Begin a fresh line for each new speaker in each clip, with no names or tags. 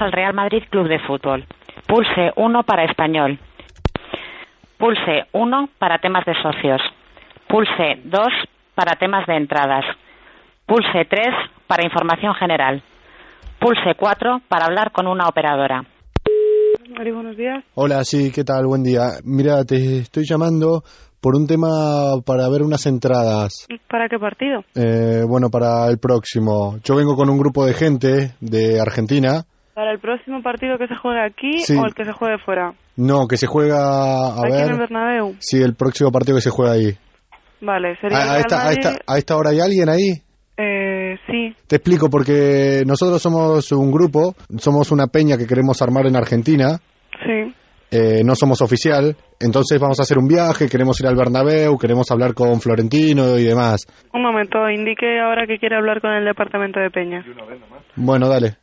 al Real Madrid Club de Fútbol. Pulse 1 para español. Pulse 1 para temas de socios. Pulse 2 para temas de entradas. Pulse 3 para información general. Pulse 4 para hablar con una operadora.
Mari, buenos días.
Hola, sí, ¿qué tal? Buen día. Mira, te estoy llamando por un tema para ver unas entradas.
¿Para qué partido?
Eh, bueno, para el próximo. Yo vengo con un grupo de gente de Argentina.
¿Para el próximo partido que se juegue aquí
Sí.
o el que se juegue fuera?
No, que se juega a
¿Aquí en el
ver.
Bernabéu?
Sí, el próximo partido que se juega ahí.
Vale, sería el
A, a
Real
esta, a,
Madrid,
esta, a esta hora hay alguien ahí.
eh, sí.
Te explico, porque nosotros somos un grupo, somos una peña que queremos armar en Argentina.
Sí.
eh, no somos oficial, entonces vamos a hacer un viaje, queremos ir al Bernabéu, queremos hablar con Florentino y demás.
Un momento, indique ahora que quiere hablar con el departamento de Peña.
Bueno, dale.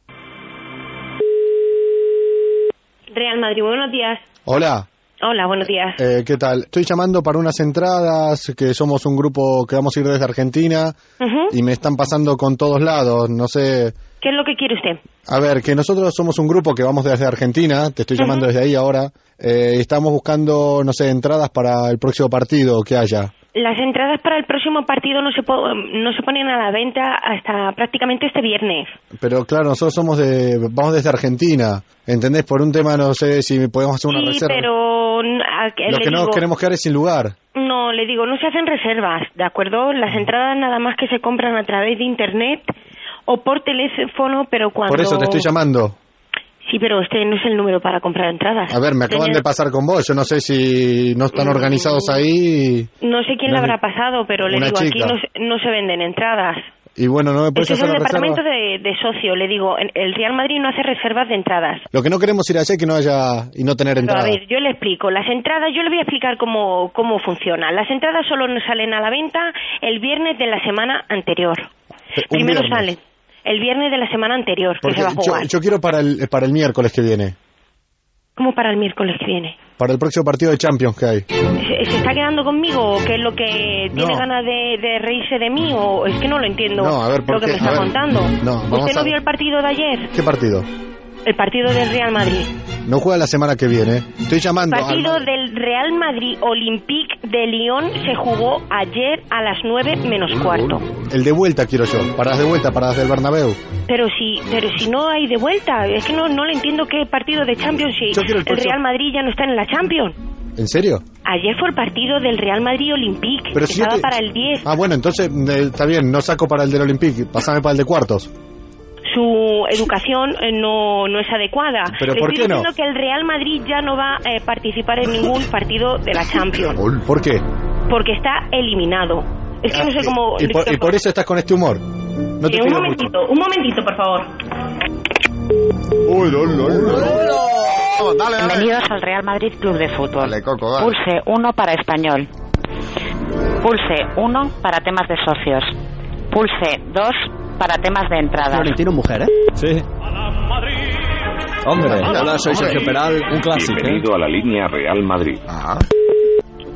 Real Madrid, buenos días.
Hola,
Hola, buenos días.
eh, ¿qué tal? Estoy llamando para unas entradas, que somos un grupo que vamos a ir desde Argentina
Ujú.
y me están pasando con todos lados, no sé.
¿Qué es lo que quiere usted?
A ver, que nosotros somos un grupo que vamos desde Argentina, te estoy llamando desde ahí ahora, eh, y estamos buscando, no sé, entradas para el próximo partido que haya.
Las entradas para el próximo partido no se, po- no se ponen a la venta hasta prácticamente este viernes.
Pero claro, nosotros somos de, vamos desde Argentina, ¿entendés? Por un tema, no sé si podemos hacer una
sí,
reserva.
pero n- a- que-
Lo
le
que no
digo,
nos queremos quedar es sin lugar.
no, le digo, no se hacen reservas, ¿de acuerdo? Las entradas nada más que se compran a través de internet o por teléfono, pero cuando...
Por eso te estoy llamando.
Sí, pero este no es el número para comprar entradas.
A ver, me acaban de
Señor- Mm.
pasar con vos. Yo no sé si no están organizados ahí.
No sé quién
No,
le habrá pasado, pero le
una
digo, aquí
chica.
no, se- no se venden entradas.
Y, y bueno, no me puedes
Este es
hacer
el
la reserva.
departamento de, de socio, le digo, en- el Real Madrid no hace reservas de entradas.
Lo que no queremos ir allá es que no haya y no tener
Pero, a
entrada.
ver, yo le explico. Las entradas, yo le voy a explicar cómo, cómo funciona. Las entradas solo nos salen a la venta el viernes de la semana anterior.
Pero un
Primero
viernes.
salen el viernes de la semana anterior que
Porque
se va a
yo,
jugar.
yo quiero para el, para el miércoles que viene,
¿Cómo para el miércoles que viene?
para el próximo partido de Champions que hay.
¿Se, se está quedando conmigo? ¿Qué es lo que tiene
No.
ganas de, de reírse de mí? ¿O es que no lo entiendo
No, a ver, ¿por
lo que
qué?
me
A
está
ver,
contando?
no, vamos
¿Usted
a-
no vio el partido de ayer?
¿Qué partido?
El partido del Real Madrid.
No juega la semana que viene. Estoy llamando. al-
partido del Real Madrid Olympique de Lyon se jugó ayer a las 9 menos cuarto.
El de vuelta quiero yo. Para las de vuelta, para las del Bernabéu.
Pero si, pero si no hay de vuelta, es que no, no le entiendo qué partido de Champions si
Yo quiero el
el
próximo-
Real Madrid ya no está en la Champions.
¿En serio?
Ayer fue el partido del Real Madrid Olympique,
Pero
que
si yo
estaba
te-
para el 10.
Ah, bueno, entonces eh, está bien. No saco para el del Olympique. Pasame para el de cuartos.
Su educación eh, no, no es adecuada.
Pero
Le
¿por qué
estoy
no?
diciendo que el Real Madrid ya no va a eh, participar en ningún partido de la Champions,
¿Por qué?
porque está eliminado. Es que no sé cómo...
Ah, Y por, y por eso estás con este humor. No te
Eh, un
pido
momentito, un momentito, por favor.
mucho. Uy, lo, lo, lo.
Dale, dale.
Bienvenidos al Real Madrid Club de Fútbol.
Dale, Coco, dale.
Pulse 1 para español. Pulse 1 para temas de socios. Pulse 2 para temas de entradas.
Florentino mujer, ¿eh? Sí. Hombre,
Hola, soy Sergio
Peral, un clásico.
Bienvenido a la línea Real Madrid.
¿eh? Ah,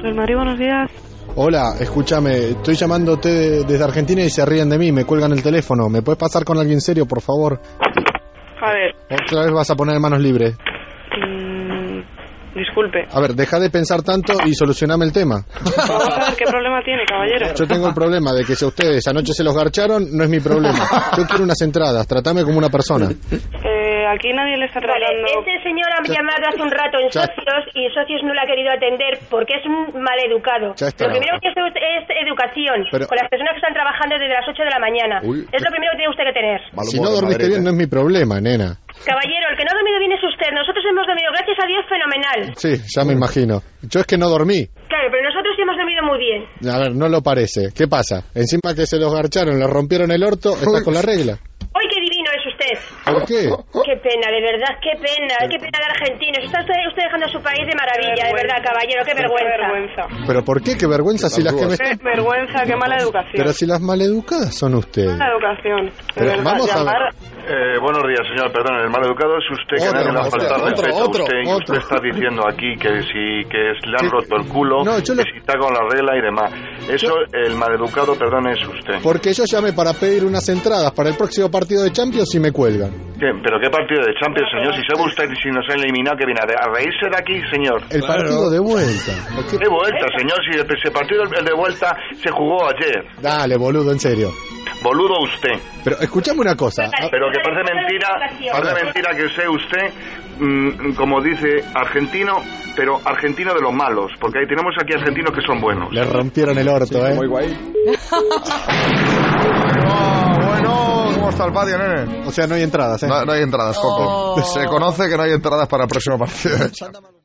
El Madrid, Pues, buenos días.
Hola, escúchame, estoy llamándote de- desde Argentina y se ríen de mí, me cuelgan el teléfono. ¿Me puedes pasar con alguien serio, por favor?
A ver,
Otra vez vas a poner manos libres.
mm, disculpe.
A ver, deja de pensar tanto y solucioname el tema.
Vamos a ver qué problema tiene, caballero.
Yo tengo el problema de que si a ustedes anoche se los garcharon, no es mi problema. Yo quiero unas entradas, tratame como una persona.
Eh, aquí nadie le está
Vale,
tratando...
este señor ha llamado hace un rato en
Ya.
socios y socios no le ha querido atender porque es un maleducado.
Ya está.
Lo primero que hace usted es educación
Pero-
con las personas que están trabajando desde las 8 de la mañana.
Uy,
es lo primero que tiene usted que tener.
mal
Si
humor
no
de
dormiste
Madrid,
bien,
eh.
no es mi problema, nena.
Caballero, el que no ha dormido bien es usted. Nosotros hemos dormido, gracias a Dios, fenomenal.
Sí, ya me imagino. Yo es que no dormí.
Claro, pero nosotros hemos dormido muy bien.
A ver, no lo parece. ¿Qué pasa? Encima que se los garcharon, les rompieron el orto, estás con la regla.
¡Ay, qué divino es usted!
¿Por qué?
Qué pena, de verdad, qué pena, qué pena de argentinos. Está usted, usted dejando a su país de maravilla, de verdad, caballero, qué
Qué
vergüenza.
vergüenza.
¿Pero por qué? ¿Qué vergüenza si las que me...
Qué vergüenza, qué mala educación.
Pero si las maleducadas son ustedes.
Mala educación. De
eh, Pero
verdad,
vamos a
llamar
ver.
Eh, buenos días, señor. Perdón, el mal educado es usted que
Otro,
nadie le ha
otro,
faltado el respeto a
otro,
usted. y
otro.
usted está diciendo aquí que si que le han roto el culo,
No, yo lo-
que si está con la regla y demás. Eso, el maleducado, perdón, es usted.
Porque yo llamé para pedir unas entradas para el próximo partido de Champions y me cuelgan.
¿Qué? ¿Pero qué partido de Champions, señor? Si sabe usted si nos han eliminado, que viene a, re- a reírse de aquí, señor.
El partido de vuelta.
De vuelta, señor. Si el- ese partido el de vuelta se jugó ayer.
Dale, boludo, en serio.
Boludo usted.
Pero escuchame una cosa. Ah,
Pero que parece mentira, parece mentira que sea usted, mm, como dice, argentino, pero argentino de los malos, porque ahí tenemos aquí argentinos que son buenos.
Le rompieron el orto, ¿eh?
Ah, Bueno, ¿cómo está el patio, nene?
O sea, no hay entradas, ¿eh?
No, no hay entradas, Coco.
Oh.
Se conoce que no hay entradas para el próximo partido de Champions.